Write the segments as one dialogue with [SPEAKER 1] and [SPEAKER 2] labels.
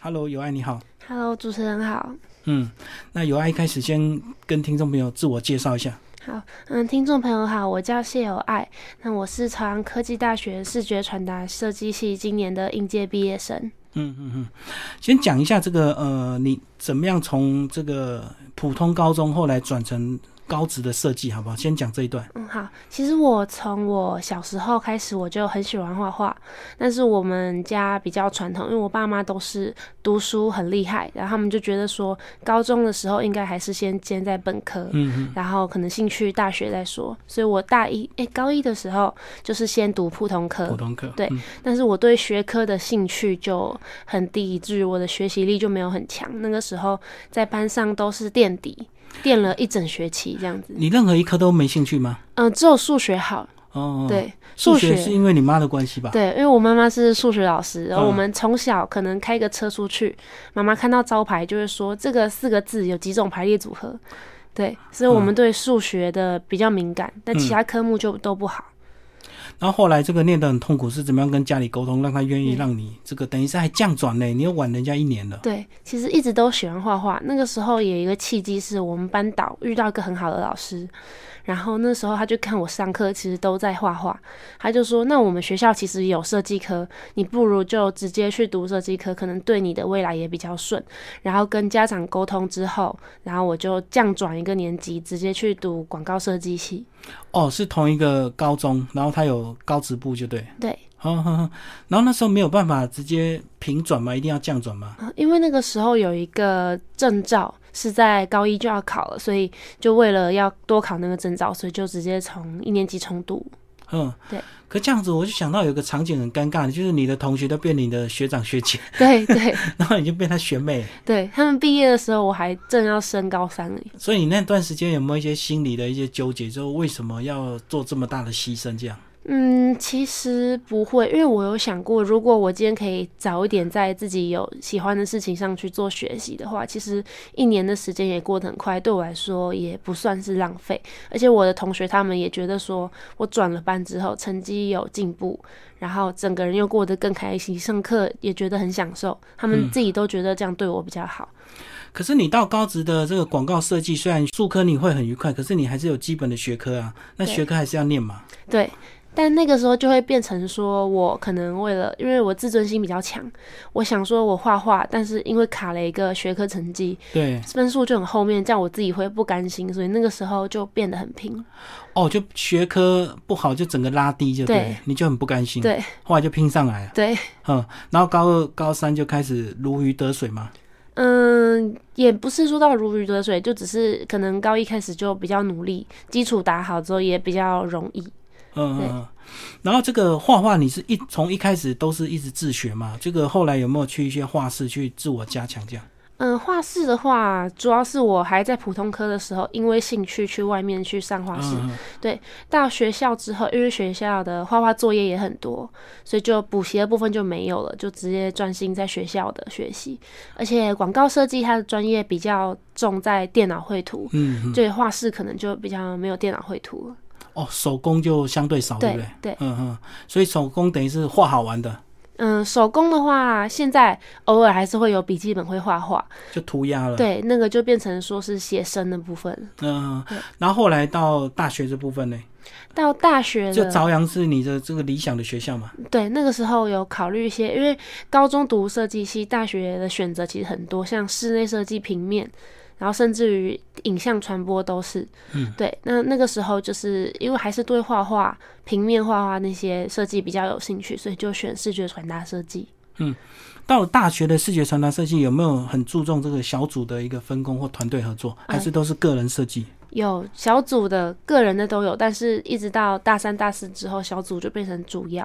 [SPEAKER 1] Hello，友爱你好。
[SPEAKER 2] Hello，主持人好。
[SPEAKER 1] 嗯，那友爱一开始先跟听众朋友自我介绍一下。
[SPEAKER 2] 好，嗯，听众朋友好，我叫谢友爱，那我是朝阳科技大学视觉传达设计系今年的应届毕业生。
[SPEAKER 1] 嗯嗯嗯，先讲一下这个呃，你怎么样从这个普通高中后来转成高职的设计，好不好？先讲这一段。
[SPEAKER 2] 嗯，好。其实我从我小时候开始，我就很喜欢画画。但是我们家比较传统，因为我爸妈都是读书很厉害，然后他们就觉得说，高中的时候应该还是先兼在本科，
[SPEAKER 1] 嗯嗯
[SPEAKER 2] 然后可能兴趣大学再说。所以我大一哎、高一的时候就是先读普通科，
[SPEAKER 1] 普通课。
[SPEAKER 2] 对
[SPEAKER 1] 嗯
[SPEAKER 2] 但是我对学科的兴趣就很低，以至于我的学习力就没有很强。那个时候在班上都是垫底，垫了一整学期这样子。
[SPEAKER 1] 你任何一科都没兴趣吗？
[SPEAKER 2] 嗯、只有数学好，
[SPEAKER 1] 哦，，
[SPEAKER 2] 对
[SPEAKER 1] 数
[SPEAKER 2] 数
[SPEAKER 1] 学是
[SPEAKER 2] 学。
[SPEAKER 1] 因为你妈的关系吧？
[SPEAKER 2] 对，因为我妈妈是数学老师，然
[SPEAKER 1] 嗯
[SPEAKER 2] 后我们从小可能开个车出去，妈妈看到招牌就会说这个四个字有几种排列组合，对，所以我们对数学的比较敏感，但其他科目就都不好。
[SPEAKER 1] 然后后来这个念得很痛苦，是怎么样跟家里沟通，让他愿意
[SPEAKER 2] 嗯
[SPEAKER 1] 让你这个等于是还降转呢？你又晚人家一年了。
[SPEAKER 2] 对，其实一直都喜欢画画。那个时候有一个契机，是我们班导遇到一个很好的老师，然后那时候他就看我上课其实都在画画，他就说：“那我们学校其实有设计科，你不如就直接去读设计科，可能对你的未来也比较顺。”然后跟家长沟通之后，然后我就降转一个年级，直接去读广告设计系。
[SPEAKER 1] 哦，是同一个高中，然后他有高职部就对。
[SPEAKER 2] 对，
[SPEAKER 1] 好好好，然后那时候没有办法直接平转嘛，一定要降转嘛。
[SPEAKER 2] 啊，因为那个时候有一个证照是在高一就要考了，所以就为了要多考那个证照，所以就直接从一年级重读。
[SPEAKER 1] 嗯，
[SPEAKER 2] 对。
[SPEAKER 1] 可这样子，我就想到有个场景很尴尬，就是你的同学都变你的学长学姐，
[SPEAKER 2] 对对
[SPEAKER 1] 然后你就变他学妹，
[SPEAKER 2] 对，他们毕业的时候我还正要升高三而已。
[SPEAKER 1] 所以你那段时间有没有一些心理的一些纠结，就为什么要做这么大的牺牲？这样，
[SPEAKER 2] 嗯，其实不会，因为我有想过，如果我今天可以早一点在自己有喜欢的事情上去做学习的话，其实一年的时间也过得很快，对我来说也不算是浪费。而且我的同学他们也觉得说，我转了班之后成绩有进步，然后整个人又过得更开心，上课也觉得很享受，他们
[SPEAKER 1] 嗯
[SPEAKER 2] 自己都觉得这样对我比较好。
[SPEAKER 1] 可是你到高职的这个广告设计，虽然数科你会很愉快，可是你还是有基本的学科啊，那
[SPEAKER 2] 对
[SPEAKER 1] 学科还是要念嘛。
[SPEAKER 2] 对，但那个时候就会变成说，我可能为了，因为我自尊心比较强，我想说我画画，但是因为卡了一个学科成绩，
[SPEAKER 1] 对，
[SPEAKER 2] 分数就很后面，这样我自己会不甘心，所以那个时候就变得很拼。
[SPEAKER 1] 哦，就学科不好就整个拉低就对，
[SPEAKER 2] 对
[SPEAKER 1] 你就很不甘心，
[SPEAKER 2] 对
[SPEAKER 1] 后来就拼上来了，
[SPEAKER 2] 对，
[SPEAKER 1] 嗯，然后高二、高三就开始如鱼得水嘛，
[SPEAKER 2] 嗯，也不是说到如鱼得水，就只是可能高一开始就比较努力，基础打好之后也比较容易。
[SPEAKER 1] 嗯嗯
[SPEAKER 2] 对
[SPEAKER 1] 嗯，然后这个画画你是一从一开始都是一直自学嘛，这个后来有没有去一些画室去自我加强这样？
[SPEAKER 2] 嗯，画室的话，主要是我还在普通科的时候，因为兴趣去外面去上画室，
[SPEAKER 1] 嗯，嗯
[SPEAKER 2] 到学校之后，因为学校的画画作业也很多，所以就补习的部分就没有了，就直接专心在学校的学习。而且广告设计它的专业比较重在电脑绘图，
[SPEAKER 1] 嗯嗯，
[SPEAKER 2] 对画室可能就比较没有电脑绘图了。
[SPEAKER 1] 哦，手工就相对少，对不
[SPEAKER 2] 对
[SPEAKER 1] 对？
[SPEAKER 2] 对，
[SPEAKER 1] 嗯嗯，所以手工等于是画好玩的，
[SPEAKER 2] 嗯，手工的话，现在偶尔还是会有笔记本会画画，
[SPEAKER 1] 就涂鸦了。，
[SPEAKER 2] 对，那个就变成说是写生的部分。
[SPEAKER 1] 嗯
[SPEAKER 2] 对，
[SPEAKER 1] 然后后来到大学这部分呢，
[SPEAKER 2] 到大学了
[SPEAKER 1] 就朝阳是你的这个理想的学校嘛？
[SPEAKER 2] 对，那个时候有考虑一些，因为高中读设计系，大学的选择其实很多，像室内设计、平面，然后甚至于影像传播都是。
[SPEAKER 1] 嗯，
[SPEAKER 2] 对。那那个时候就是因为还是对画画、平面画画那些设计比较有兴趣，所以就选视觉传达设计。
[SPEAKER 1] 到了大学的视觉传达设计有没有很注重这个小组的一个分工或团队合作，
[SPEAKER 2] 哎
[SPEAKER 1] 还是都是个人设计？
[SPEAKER 2] 有小组的、个人的都有，但是一直到大三、大四之后，小组就变成主要。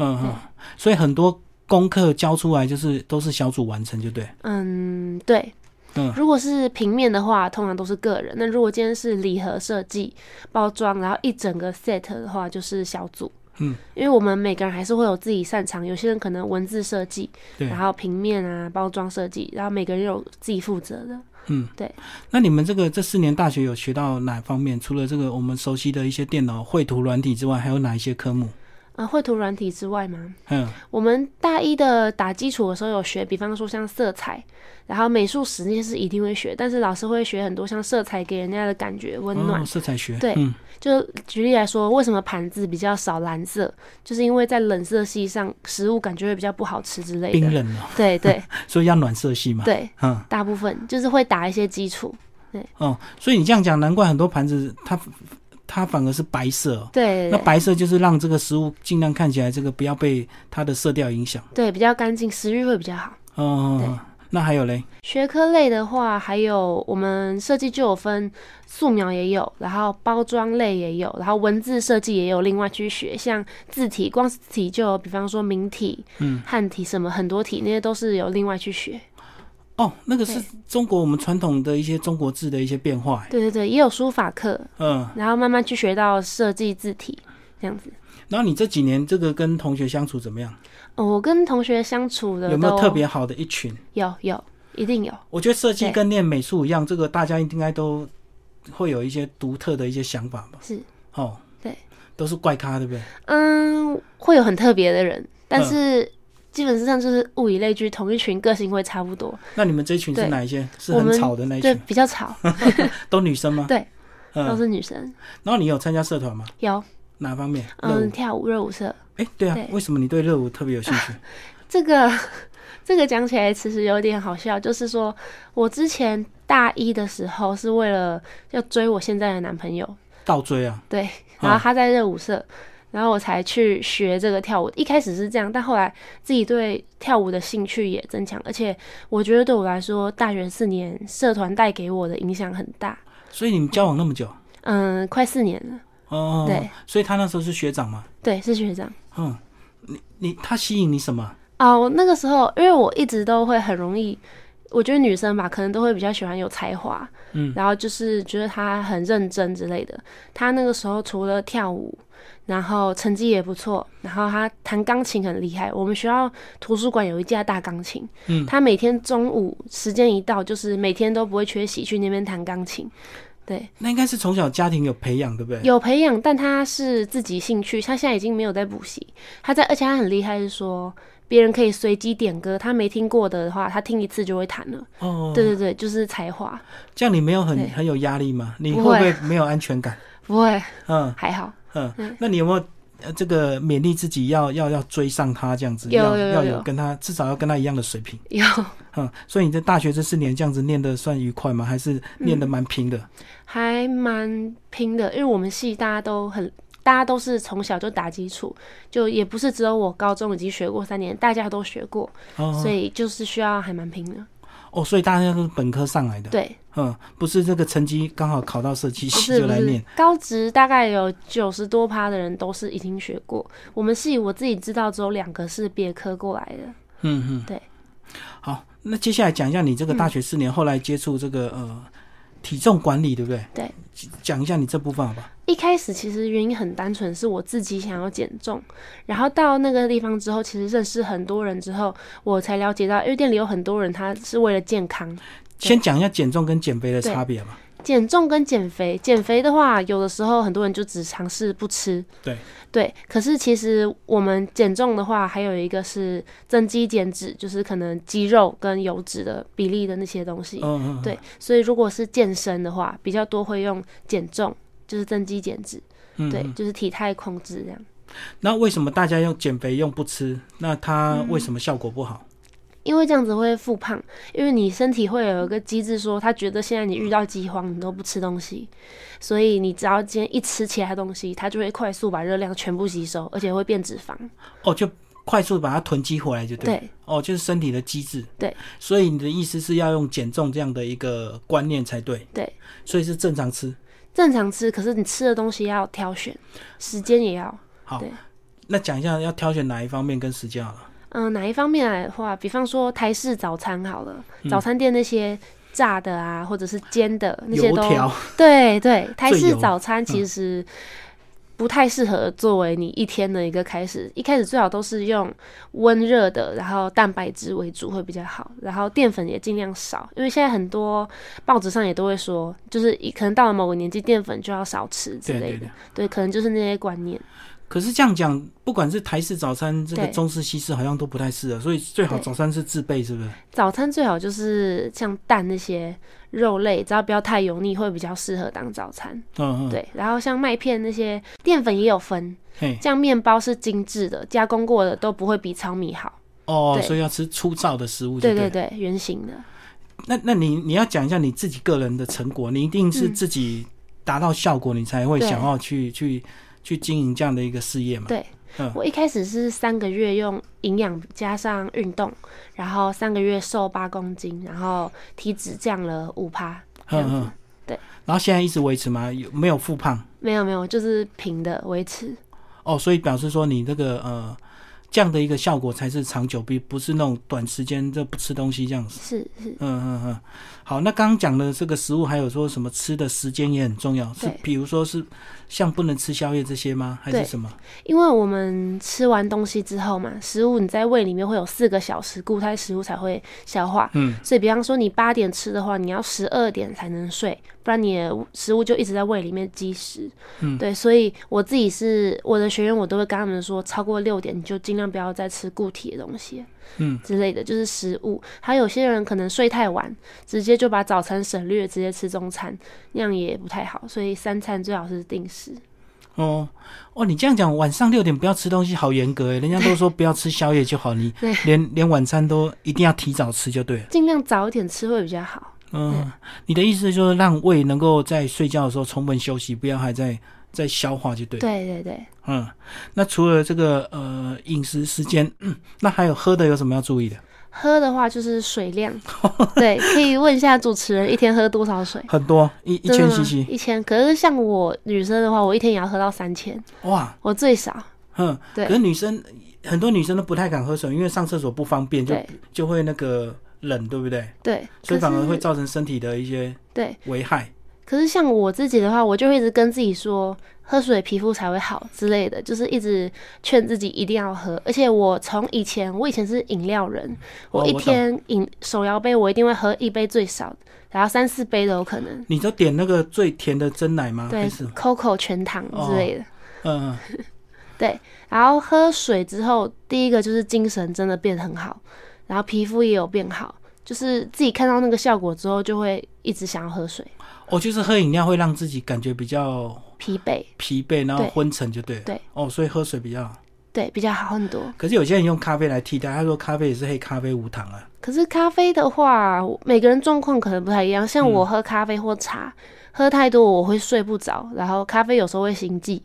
[SPEAKER 1] 嗯
[SPEAKER 2] 对
[SPEAKER 1] 嗯，所以很多功课交出来就是都是小组完成，就对。
[SPEAKER 2] 嗯，对。
[SPEAKER 1] 嗯
[SPEAKER 2] 如果是平面的话，通常都是个人；那如果今天是礼盒设计、包装，然后一整个 set 的话，就是小组。
[SPEAKER 1] 嗯，
[SPEAKER 2] 因为我们每个人还是会有自己擅长，有些人可能文字设计，
[SPEAKER 1] 对
[SPEAKER 2] 然，后平面啊、包装设计，然后每个人有自己负责的。
[SPEAKER 1] 嗯，
[SPEAKER 2] 对。
[SPEAKER 1] 那你们这个这四年大学有学到哪方面？除了这个我们熟悉的一些电脑绘图软体之外，还有哪一些科目？
[SPEAKER 2] 啊，绘图软体之外吗？
[SPEAKER 1] 嗯，
[SPEAKER 2] 我们大一的打基础的时候有学，比方说像色彩，然后美术史那些是一定会学，但是老师会学很多像色彩给人家的感觉温暖
[SPEAKER 1] 哦，。色彩学，
[SPEAKER 2] 对
[SPEAKER 1] 嗯，
[SPEAKER 2] 就举例来说，为什么盘子比较少蓝色，就是因为在冷色系上食物感觉会比较不好吃之类
[SPEAKER 1] 冰
[SPEAKER 2] 的。
[SPEAKER 1] 冷了，
[SPEAKER 2] 对对
[SPEAKER 1] 所以要暖色系嘛。，
[SPEAKER 2] 对，
[SPEAKER 1] 嗯，
[SPEAKER 2] 大部分就是会打一些基础。
[SPEAKER 1] 哦，所以你这样讲，难怪很多盘子它它反而是白色、哦。
[SPEAKER 2] 对
[SPEAKER 1] 那
[SPEAKER 2] 对
[SPEAKER 1] 白色就是让这个食物尽量看起来这个不要被它的色调影响。
[SPEAKER 2] 对，比较干净，食欲会比较好。
[SPEAKER 1] 哦，那还有嘞，
[SPEAKER 2] 学科类的话，还有我们设计就有分素描也有，然后包装类也有，然后文字设计也有另外去学，像字体，光字体就有，比方说明体、
[SPEAKER 1] 嗯，
[SPEAKER 2] 汉体什么很多体，那些都是有另外去学。
[SPEAKER 1] 哦，那个是
[SPEAKER 2] 对
[SPEAKER 1] 中国我们传统的一些中国字的一些变化。哎
[SPEAKER 2] 对对对，也有书法课，
[SPEAKER 1] 嗯，
[SPEAKER 2] 然后慢慢去学到设计字体这样子。
[SPEAKER 1] 然后你这几年这个跟同学相处怎么样？
[SPEAKER 2] 哦我跟同学相处的
[SPEAKER 1] 有没有
[SPEAKER 2] 都
[SPEAKER 1] 特别好的一群？
[SPEAKER 2] 有有一定有。
[SPEAKER 1] 我觉得设计
[SPEAKER 2] 对
[SPEAKER 1] 跟念美术一样，这个大家应该都会有一些独特的一些想法吧？
[SPEAKER 2] 是，
[SPEAKER 1] 哦，
[SPEAKER 2] 对，
[SPEAKER 1] 都是怪咖，对不对？
[SPEAKER 2] 嗯，会有很特别的人，但
[SPEAKER 1] 嗯
[SPEAKER 2] 是基本上就是物以类聚，同一群个性会差不多，
[SPEAKER 1] 那你们这一群是
[SPEAKER 2] 对
[SPEAKER 1] 哪一些？是
[SPEAKER 2] 我
[SPEAKER 1] 很
[SPEAKER 2] 们
[SPEAKER 1] 吵的那一
[SPEAKER 2] 对，
[SPEAKER 1] 群，嗯
[SPEAKER 2] 比较吵，
[SPEAKER 1] 都女生吗？
[SPEAKER 2] 对，
[SPEAKER 1] 嗯、
[SPEAKER 2] 都是女生。
[SPEAKER 1] 然后你有参加社团吗？
[SPEAKER 2] 有，
[SPEAKER 1] 哪方面？热
[SPEAKER 2] 嗯，
[SPEAKER 1] 舞？
[SPEAKER 2] 跳舞热舞社
[SPEAKER 1] 哎、对啊，
[SPEAKER 2] 对
[SPEAKER 1] 为什么你对热舞特别有兴 趣？
[SPEAKER 2] 这个这个讲起来其实有点好笑，就是说我之前大一的时候是为了要追我现在的男朋友，
[SPEAKER 1] 倒追啊，
[SPEAKER 2] 对，
[SPEAKER 1] 嗯
[SPEAKER 2] 然后他在热舞社，然后我才去学这个跳舞。一开始是这样，但后来自己对跳舞的兴趣也增强，而且我觉得对我来说，大学四年社团带给我的影响很大。
[SPEAKER 1] 所以你们交往那么久
[SPEAKER 2] 嗯，快四年了，
[SPEAKER 1] 哦，
[SPEAKER 2] 对，
[SPEAKER 1] 所以他那时候是学长嘛，
[SPEAKER 2] 对，是学长。
[SPEAKER 1] 嗯，你你他吸引你什么？
[SPEAKER 2] 哦，那个时候因为我一直都会很容易，我觉得女生吧，可能都会比较喜欢有才华，
[SPEAKER 1] 嗯，
[SPEAKER 2] 然后就是觉得她很认真之类的。她那个时候除了跳舞，然后成绩也不错，然后她弹钢琴很厉害。我们学校图书馆有一架大钢琴，
[SPEAKER 1] 嗯
[SPEAKER 2] 她每天中午时间一到，就是每天都不会缺席去那边弹钢琴。对，
[SPEAKER 1] 那应该是从小家庭有培养，对不对？
[SPEAKER 2] 有培养，但她是自己兴趣，她现在已经没有在补习。她在，而且她很厉害，是说别人可以随机点歌，她没听过的话，她听一次就会弹了。
[SPEAKER 1] 哦，
[SPEAKER 2] 对对对，就是才华，
[SPEAKER 1] 这样你没有很
[SPEAKER 2] 对
[SPEAKER 1] 很有压力吗？你会
[SPEAKER 2] 不
[SPEAKER 1] 不
[SPEAKER 2] 会
[SPEAKER 1] 会没有安全 感？
[SPEAKER 2] 不会
[SPEAKER 1] 嗯
[SPEAKER 2] 还好。
[SPEAKER 1] 嗯
[SPEAKER 2] 嗯，
[SPEAKER 1] 那你有没有呃这个勉励自己要要要追上他这样子？
[SPEAKER 2] 有
[SPEAKER 1] 要
[SPEAKER 2] 有有
[SPEAKER 1] 要
[SPEAKER 2] 有
[SPEAKER 1] 跟他至少要跟他一样的水平。
[SPEAKER 2] 有，
[SPEAKER 1] 嗯，所以你在大学这四年这样子念的算愉快吗？还是念的蛮拼的？
[SPEAKER 2] 还蛮拼的，因为我们系大家都很，大家都是从小就打基础，就也不是只有我高中已经学过三年，大家都学过，
[SPEAKER 1] 哦
[SPEAKER 2] 嗯所以就是需要还蛮拼的。
[SPEAKER 1] 哦，所以大家都是本科上来的。
[SPEAKER 2] 对，
[SPEAKER 1] 嗯，不是这个成绩刚好考到设计
[SPEAKER 2] 不
[SPEAKER 1] 系
[SPEAKER 2] 哦是
[SPEAKER 1] 就
[SPEAKER 2] 不
[SPEAKER 1] 来
[SPEAKER 2] 是
[SPEAKER 1] 念。，
[SPEAKER 2] 高职大概有九十多趴的人都是已经学过，我们系我自己知道只有两个是别科过来的。
[SPEAKER 1] 嗯嗯，
[SPEAKER 2] 对。
[SPEAKER 1] 好，那接下来讲一下你
[SPEAKER 2] 嗯
[SPEAKER 1] 这个大学四年后来接触这个呃体重管理，对不对？
[SPEAKER 2] 对。
[SPEAKER 1] 讲一下你这部分好不好？
[SPEAKER 2] 一开始其实原因很单纯，是我自己想要减重。然后到那个地方之后，其实认识很多人之后，我才了解到，因为店里有很多人他是为了健康，对
[SPEAKER 1] 先讲一下减重跟减肥的
[SPEAKER 2] 对
[SPEAKER 1] 差别吧。
[SPEAKER 2] 减重跟减肥，减肥的话，有的时候很多人就只尝试不吃。
[SPEAKER 1] 对
[SPEAKER 2] 对，可是其实我们减重的话，还有一个是增肌减脂，就是可能肌肉跟油脂的比例的那些东西。
[SPEAKER 1] 嗯嗯，嗯，
[SPEAKER 2] 对，所以如果是健身的话，比较多会用减重，就是增肌减脂，
[SPEAKER 1] 嗯
[SPEAKER 2] 对，
[SPEAKER 1] 嗯
[SPEAKER 2] 就是体态控制这样。
[SPEAKER 1] 那为什么大家用减肥用不吃？那它为什么效果不好？
[SPEAKER 2] 嗯因为这样子会复胖，因为你身体会有一个机制说，他觉得现在你遇到饥荒，你都不吃东西，所以你只要今天一吃其他东西，它就会快速把热量全部吸收，而且会变脂肪。
[SPEAKER 1] 哦，就快速把它囤积回来就对了。
[SPEAKER 2] 对
[SPEAKER 1] 哦，就是身体的机制。
[SPEAKER 2] 对。
[SPEAKER 1] 所以你的意思是要用减重这样的一个观念才对。
[SPEAKER 2] 对，
[SPEAKER 1] 所以是正常吃。
[SPEAKER 2] 正常吃，可是你吃的东西要挑选，时间也要。
[SPEAKER 1] 好
[SPEAKER 2] 对，
[SPEAKER 1] 那讲一下要挑选哪一方面跟时间好了。
[SPEAKER 2] 嗯、哪一方面来的话，比方说台式早餐好了，
[SPEAKER 1] 嗯
[SPEAKER 2] 早餐店那些炸的啊，或者是煎的那些
[SPEAKER 1] 油
[SPEAKER 2] 都
[SPEAKER 1] 条，
[SPEAKER 2] 对对，台
[SPEAKER 1] 最
[SPEAKER 2] 式
[SPEAKER 1] 油嗯
[SPEAKER 2] 早餐其实不太适合作为你一天的一个开始。一开始最好都是用温热的，然后蛋白质为主会比较好，然后淀粉也尽量少，因为现在很多报纸上也都会说，就是一可能到了某个年纪，淀粉就要少吃之
[SPEAKER 1] 对
[SPEAKER 2] 类
[SPEAKER 1] 对
[SPEAKER 2] 的
[SPEAKER 1] 对。。
[SPEAKER 2] 对，可能就是那些观念。
[SPEAKER 1] 可是这样讲，不管是台式早餐，这个
[SPEAKER 2] 对
[SPEAKER 1] 中式、西式好像都不太适合，所以最好
[SPEAKER 2] 对
[SPEAKER 1] 早餐是自备，是不是？
[SPEAKER 2] 早餐最好就是像蛋那些肉类，只要不要太油腻，会比较适合当早餐。
[SPEAKER 1] 嗯嗯，，
[SPEAKER 2] 对，然后像麦片那些淀粉也有分，
[SPEAKER 1] 嘿，
[SPEAKER 2] 像面包是精致的，加工过的都不会比糙米好。
[SPEAKER 1] 哦，
[SPEAKER 2] 对
[SPEAKER 1] 所以要吃粗糙的食物就
[SPEAKER 2] 对
[SPEAKER 1] 对
[SPEAKER 2] 对
[SPEAKER 1] 了。
[SPEAKER 2] 对，圆形的。
[SPEAKER 1] 那那你你要讲一下你自己个人的成果，你一定是
[SPEAKER 2] 嗯
[SPEAKER 1] 自己达到效果，你才会
[SPEAKER 2] 对
[SPEAKER 1] 想要去去去经营这样的一个事业嘛。
[SPEAKER 2] 对
[SPEAKER 1] 嗯
[SPEAKER 2] 我一开始是三个月用营养加上运动，然后三个月瘦八公斤，然后体脂降了五趴。这
[SPEAKER 1] 嗯
[SPEAKER 2] 样子
[SPEAKER 1] 嗯，
[SPEAKER 2] 对。
[SPEAKER 1] 然后现在一直维持嘛，有没有复胖？
[SPEAKER 2] 没有没有，就是平的维持。
[SPEAKER 1] 哦，所以表示说你这个呃这样的一个效果才是长久，比不是那种短时间就不吃东西这样子。
[SPEAKER 2] 是是，
[SPEAKER 1] 嗯嗯嗯，好，那刚刚讲的这个食物，还有说什么吃的时间也很重要，是
[SPEAKER 2] 对
[SPEAKER 1] 比如说是像不能吃宵夜这些吗？还是
[SPEAKER 2] 对
[SPEAKER 1] 什么？
[SPEAKER 2] 因为我们吃完东西之后嘛，食物你在胃里面会有四个小时固态食物才会消化。
[SPEAKER 1] 嗯，
[SPEAKER 2] 所以，比方说你八点吃的话，你要十二点才能睡，不然你的食物就一直在胃里面积食。
[SPEAKER 1] 嗯
[SPEAKER 2] 对，所以我自己是我的学员，我都会跟他们说，超过六点你就尽量不要再吃固体的东西。
[SPEAKER 1] 嗯，
[SPEAKER 2] 之类的，就是食物。还有些人可能睡太晚，直接就把早餐省略，直接吃中餐，那样也不太好。所以三餐最好是定时。
[SPEAKER 1] 哦哦，你这样讲，晚上六点不要吃东西，好严格诶，欸人家都说不要吃宵夜就好，你
[SPEAKER 2] 对
[SPEAKER 1] 连连晚餐都一定要提早吃就对了。
[SPEAKER 2] 尽量早一点吃会比较好。
[SPEAKER 1] 嗯，你的意思就是让胃能够在睡觉的时候充分休息，不要还在在消化就对了。
[SPEAKER 2] 对对对，
[SPEAKER 1] 嗯，那除了这个呃饮食时间、嗯那还有喝的有什么要注意的？
[SPEAKER 2] 喝的话就是水量，对，可以问一下主持人一天喝多少水？
[SPEAKER 1] 很多一一
[SPEAKER 2] 真
[SPEAKER 1] 千
[SPEAKER 2] 的吗
[SPEAKER 1] CC，
[SPEAKER 2] 啊一千。可是像我女生的话，我一天也要喝到三千，
[SPEAKER 1] 哇，
[SPEAKER 2] 我最少。
[SPEAKER 1] 哼，
[SPEAKER 2] 对
[SPEAKER 1] 可是女生很多女生都不太敢喝水，因为上厕所不方便，就
[SPEAKER 2] 对
[SPEAKER 1] 就会那个冷，对不对？
[SPEAKER 2] 对，
[SPEAKER 1] 所以
[SPEAKER 2] 可
[SPEAKER 1] 反而
[SPEAKER 2] 是
[SPEAKER 1] 会造成身体的一些
[SPEAKER 2] 对。
[SPEAKER 1] 危害。
[SPEAKER 2] 可是像我自己的话，我就会一直跟自己说，喝水皮肤才会好之类的，就是一直劝自己一定要喝。而且我从以前，我以前是饮料人，
[SPEAKER 1] 哦
[SPEAKER 2] 我一
[SPEAKER 1] 我懂
[SPEAKER 2] 天饮手摇杯，我一定会喝一杯最少，然后三四杯都有可能。
[SPEAKER 1] 你都点那个最甜的真奶吗？
[SPEAKER 2] 对
[SPEAKER 1] 啊还是哦
[SPEAKER 2] ，Coco 全糖之类的。
[SPEAKER 1] 嗯、嗯
[SPEAKER 2] 然后喝水之后，第一个就是精神真的变得很好，然后皮肤也有变好，就是自己看到那个效果之后，就会一直想要喝水，
[SPEAKER 1] 哦，就是喝饮料会让自己感觉比较
[SPEAKER 2] 疲惫，
[SPEAKER 1] 疲惫，然后
[SPEAKER 2] 对
[SPEAKER 1] 昏沉，就对了。
[SPEAKER 2] 对
[SPEAKER 1] 哦，所以喝水比较好。
[SPEAKER 2] 对，比较好很多。
[SPEAKER 1] 可是有些人用咖啡来替代，他说咖啡也是黑咖啡无糖啊。
[SPEAKER 2] 可是咖啡的话，我每个人状况可能不太一样。像我喝咖啡或茶，喝太多我会睡不着，然后咖啡有时候会心悸，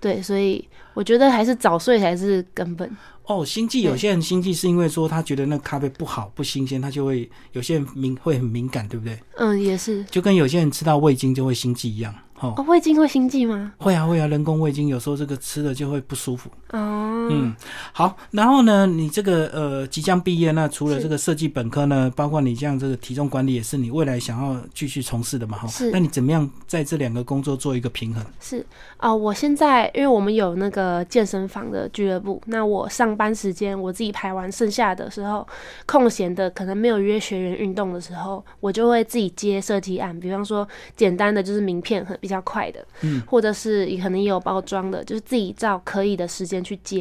[SPEAKER 2] 对，所以我觉得还是早睡才是根本。
[SPEAKER 1] 哦，心悸，
[SPEAKER 2] 对
[SPEAKER 1] 有些人心悸是因为说他觉得那咖啡不好、不新鲜，他就会有些人敏会很敏感，对不对？
[SPEAKER 2] 嗯，也是。
[SPEAKER 1] 就跟有些人吃到味精就会心悸一样，哦，
[SPEAKER 2] 哦，味精会心悸吗？
[SPEAKER 1] 会啊会啊，人工味精有时候这个吃了就会不舒服。
[SPEAKER 2] 哦，
[SPEAKER 1] 嗯，好，然后呢，你这个呃即将毕业，那除了
[SPEAKER 2] 是
[SPEAKER 1] 这个设计本科呢，包括你这样这个体重管理也是你未来想要继续从事的嘛，哈。
[SPEAKER 2] 是
[SPEAKER 1] 那你怎么样在这两个工作做一个平衡？
[SPEAKER 2] 是啊、我现在因为我们有那个健身房的俱乐部，那我上班时间我自己排完剩下的时候，空闲的可能没有约学员运动的时候，我就会自己接设计案，比方说简单的就是名片很比较快的，
[SPEAKER 1] 嗯，
[SPEAKER 2] 或者是也可能也有包装的，就是自己照可以的时间去接，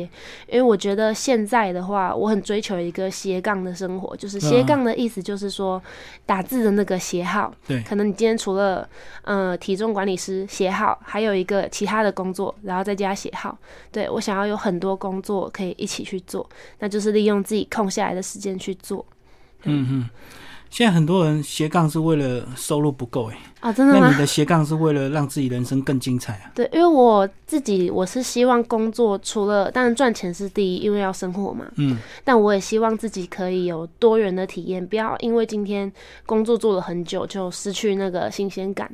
[SPEAKER 2] 因为我觉得现在的话，我很追求一个斜杠的生活，就是斜
[SPEAKER 1] 嗯
[SPEAKER 2] 杠的意思就是说打字的那个斜号，
[SPEAKER 1] 对
[SPEAKER 2] 可能你今天除了呃体重管理师写好，还有一个其他的工作，然后再加写好。对我想要有很多工作可以一起去做，那就是利用自己空下来的时间去做
[SPEAKER 1] 嗯嗯。现在很多人斜杠是为了收入不够，哎，
[SPEAKER 2] 啊，真的
[SPEAKER 1] 那
[SPEAKER 2] 吗
[SPEAKER 1] 你？的斜杠是为了让自己人生更精彩啊？
[SPEAKER 2] 对，因为我自己我是希望工作除了当然赚钱是第一，因为要生活嘛，
[SPEAKER 1] 嗯，
[SPEAKER 2] 但我也希望自己可以有多元的体验，不要因为今天工作做了很久就失去那个新鲜感。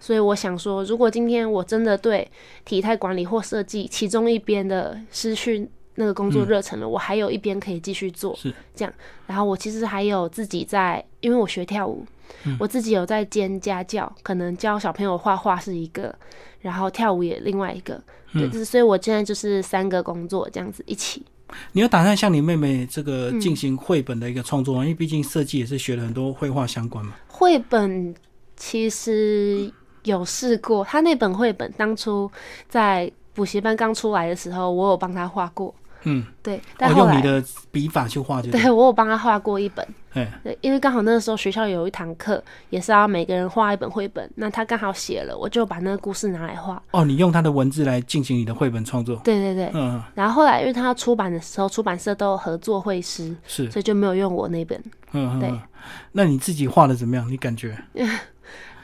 [SPEAKER 2] 所以我想说，如果今天我真的对体态管理或设计其中一边的失去那个工作
[SPEAKER 1] 嗯
[SPEAKER 2] 热忱了，我还有一边可以继续做，
[SPEAKER 1] 是
[SPEAKER 2] 这样。然后我其实还有自己在，因为我学跳舞，
[SPEAKER 1] 嗯
[SPEAKER 2] 我自己有在兼家教，可能教小朋友画画是一个，然后跳舞也另外一个。对，
[SPEAKER 1] 嗯
[SPEAKER 2] 就是所以我现在就是三个工作这样子一起。
[SPEAKER 1] 你有打算像你妹妹这个
[SPEAKER 2] 嗯
[SPEAKER 1] 进行绘本的一个创作吗？因为毕竟设计也是学了很多绘画相关嘛。
[SPEAKER 2] 绘本其实有试过，他那本绘本当初在。补习班刚出来的时候，我有帮他画过，
[SPEAKER 1] 嗯，
[SPEAKER 2] 对，
[SPEAKER 1] 我、
[SPEAKER 2] 但后
[SPEAKER 1] 用
[SPEAKER 2] 来
[SPEAKER 1] 你、的笔法去画就对
[SPEAKER 2] 对我有帮他画过一本。
[SPEAKER 1] 哎，
[SPEAKER 2] 对，因为刚好那个时候学校有一堂课，也是要每个人画一本绘本，那他刚好写了，我就把那个故事拿来画。
[SPEAKER 1] 哦，你用他的文字来进行你的绘本创作，
[SPEAKER 2] 对对对，
[SPEAKER 1] 嗯，
[SPEAKER 2] 然后后来因为他要出版的时候，出版社都有合作绘师，
[SPEAKER 1] 是，
[SPEAKER 2] 所以就没有用我那本，
[SPEAKER 1] 嗯，嗯
[SPEAKER 2] 对
[SPEAKER 1] 嗯那你自己画的怎么样？你感觉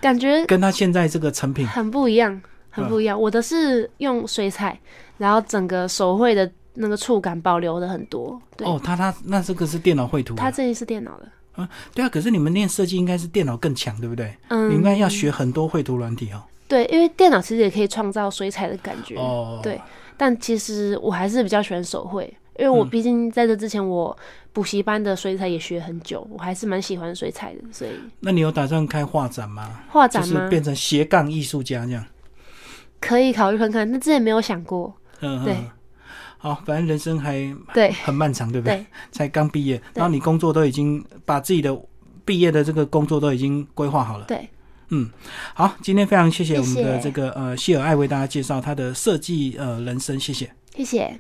[SPEAKER 2] 感觉
[SPEAKER 1] 跟他现在这个成品，
[SPEAKER 2] 很不一样，很
[SPEAKER 1] 嗯
[SPEAKER 2] 不一样。我的是用水彩，然后整个手绘的那个触感保留的很多。对，
[SPEAKER 1] 哦，他他那这个是电脑绘图啊，
[SPEAKER 2] 他这里是电脑的，
[SPEAKER 1] 对啊，可是你们念设计应该是电脑更强，对不对？你应
[SPEAKER 2] 嗯，
[SPEAKER 1] 该要学很多绘图软体哦。
[SPEAKER 2] 对，因为电脑其实也可以创造水彩的感觉。
[SPEAKER 1] 哦，
[SPEAKER 2] 嗯对但其实我还是比较喜欢手绘，因为我
[SPEAKER 1] 嗯
[SPEAKER 2] 毕竟在这之前，我补习班的水彩也学很久，我还是蛮喜欢水彩的，所以
[SPEAKER 1] 那你有打算开画展吗？
[SPEAKER 2] 画
[SPEAKER 1] 就
[SPEAKER 2] 展
[SPEAKER 1] 是
[SPEAKER 2] 吗？
[SPEAKER 1] 变成斜杠艺术家这样。
[SPEAKER 2] 可以考虑看看，那之前没有想过。
[SPEAKER 1] 嗯，嗯
[SPEAKER 2] 对
[SPEAKER 1] 嗯好，反正人生还
[SPEAKER 2] 对
[SPEAKER 1] 很漫长，对不对？
[SPEAKER 2] 对
[SPEAKER 1] 才刚毕业，然后你工作都已经把自己的毕业的这个工作都已经规划好了。
[SPEAKER 2] 对，
[SPEAKER 1] 好，今天非常谢谢我们
[SPEAKER 2] 谢谢
[SPEAKER 1] 的这个呃谢尔爱为大家介绍他的设计呃人生，谢谢。
[SPEAKER 2] 谢谢。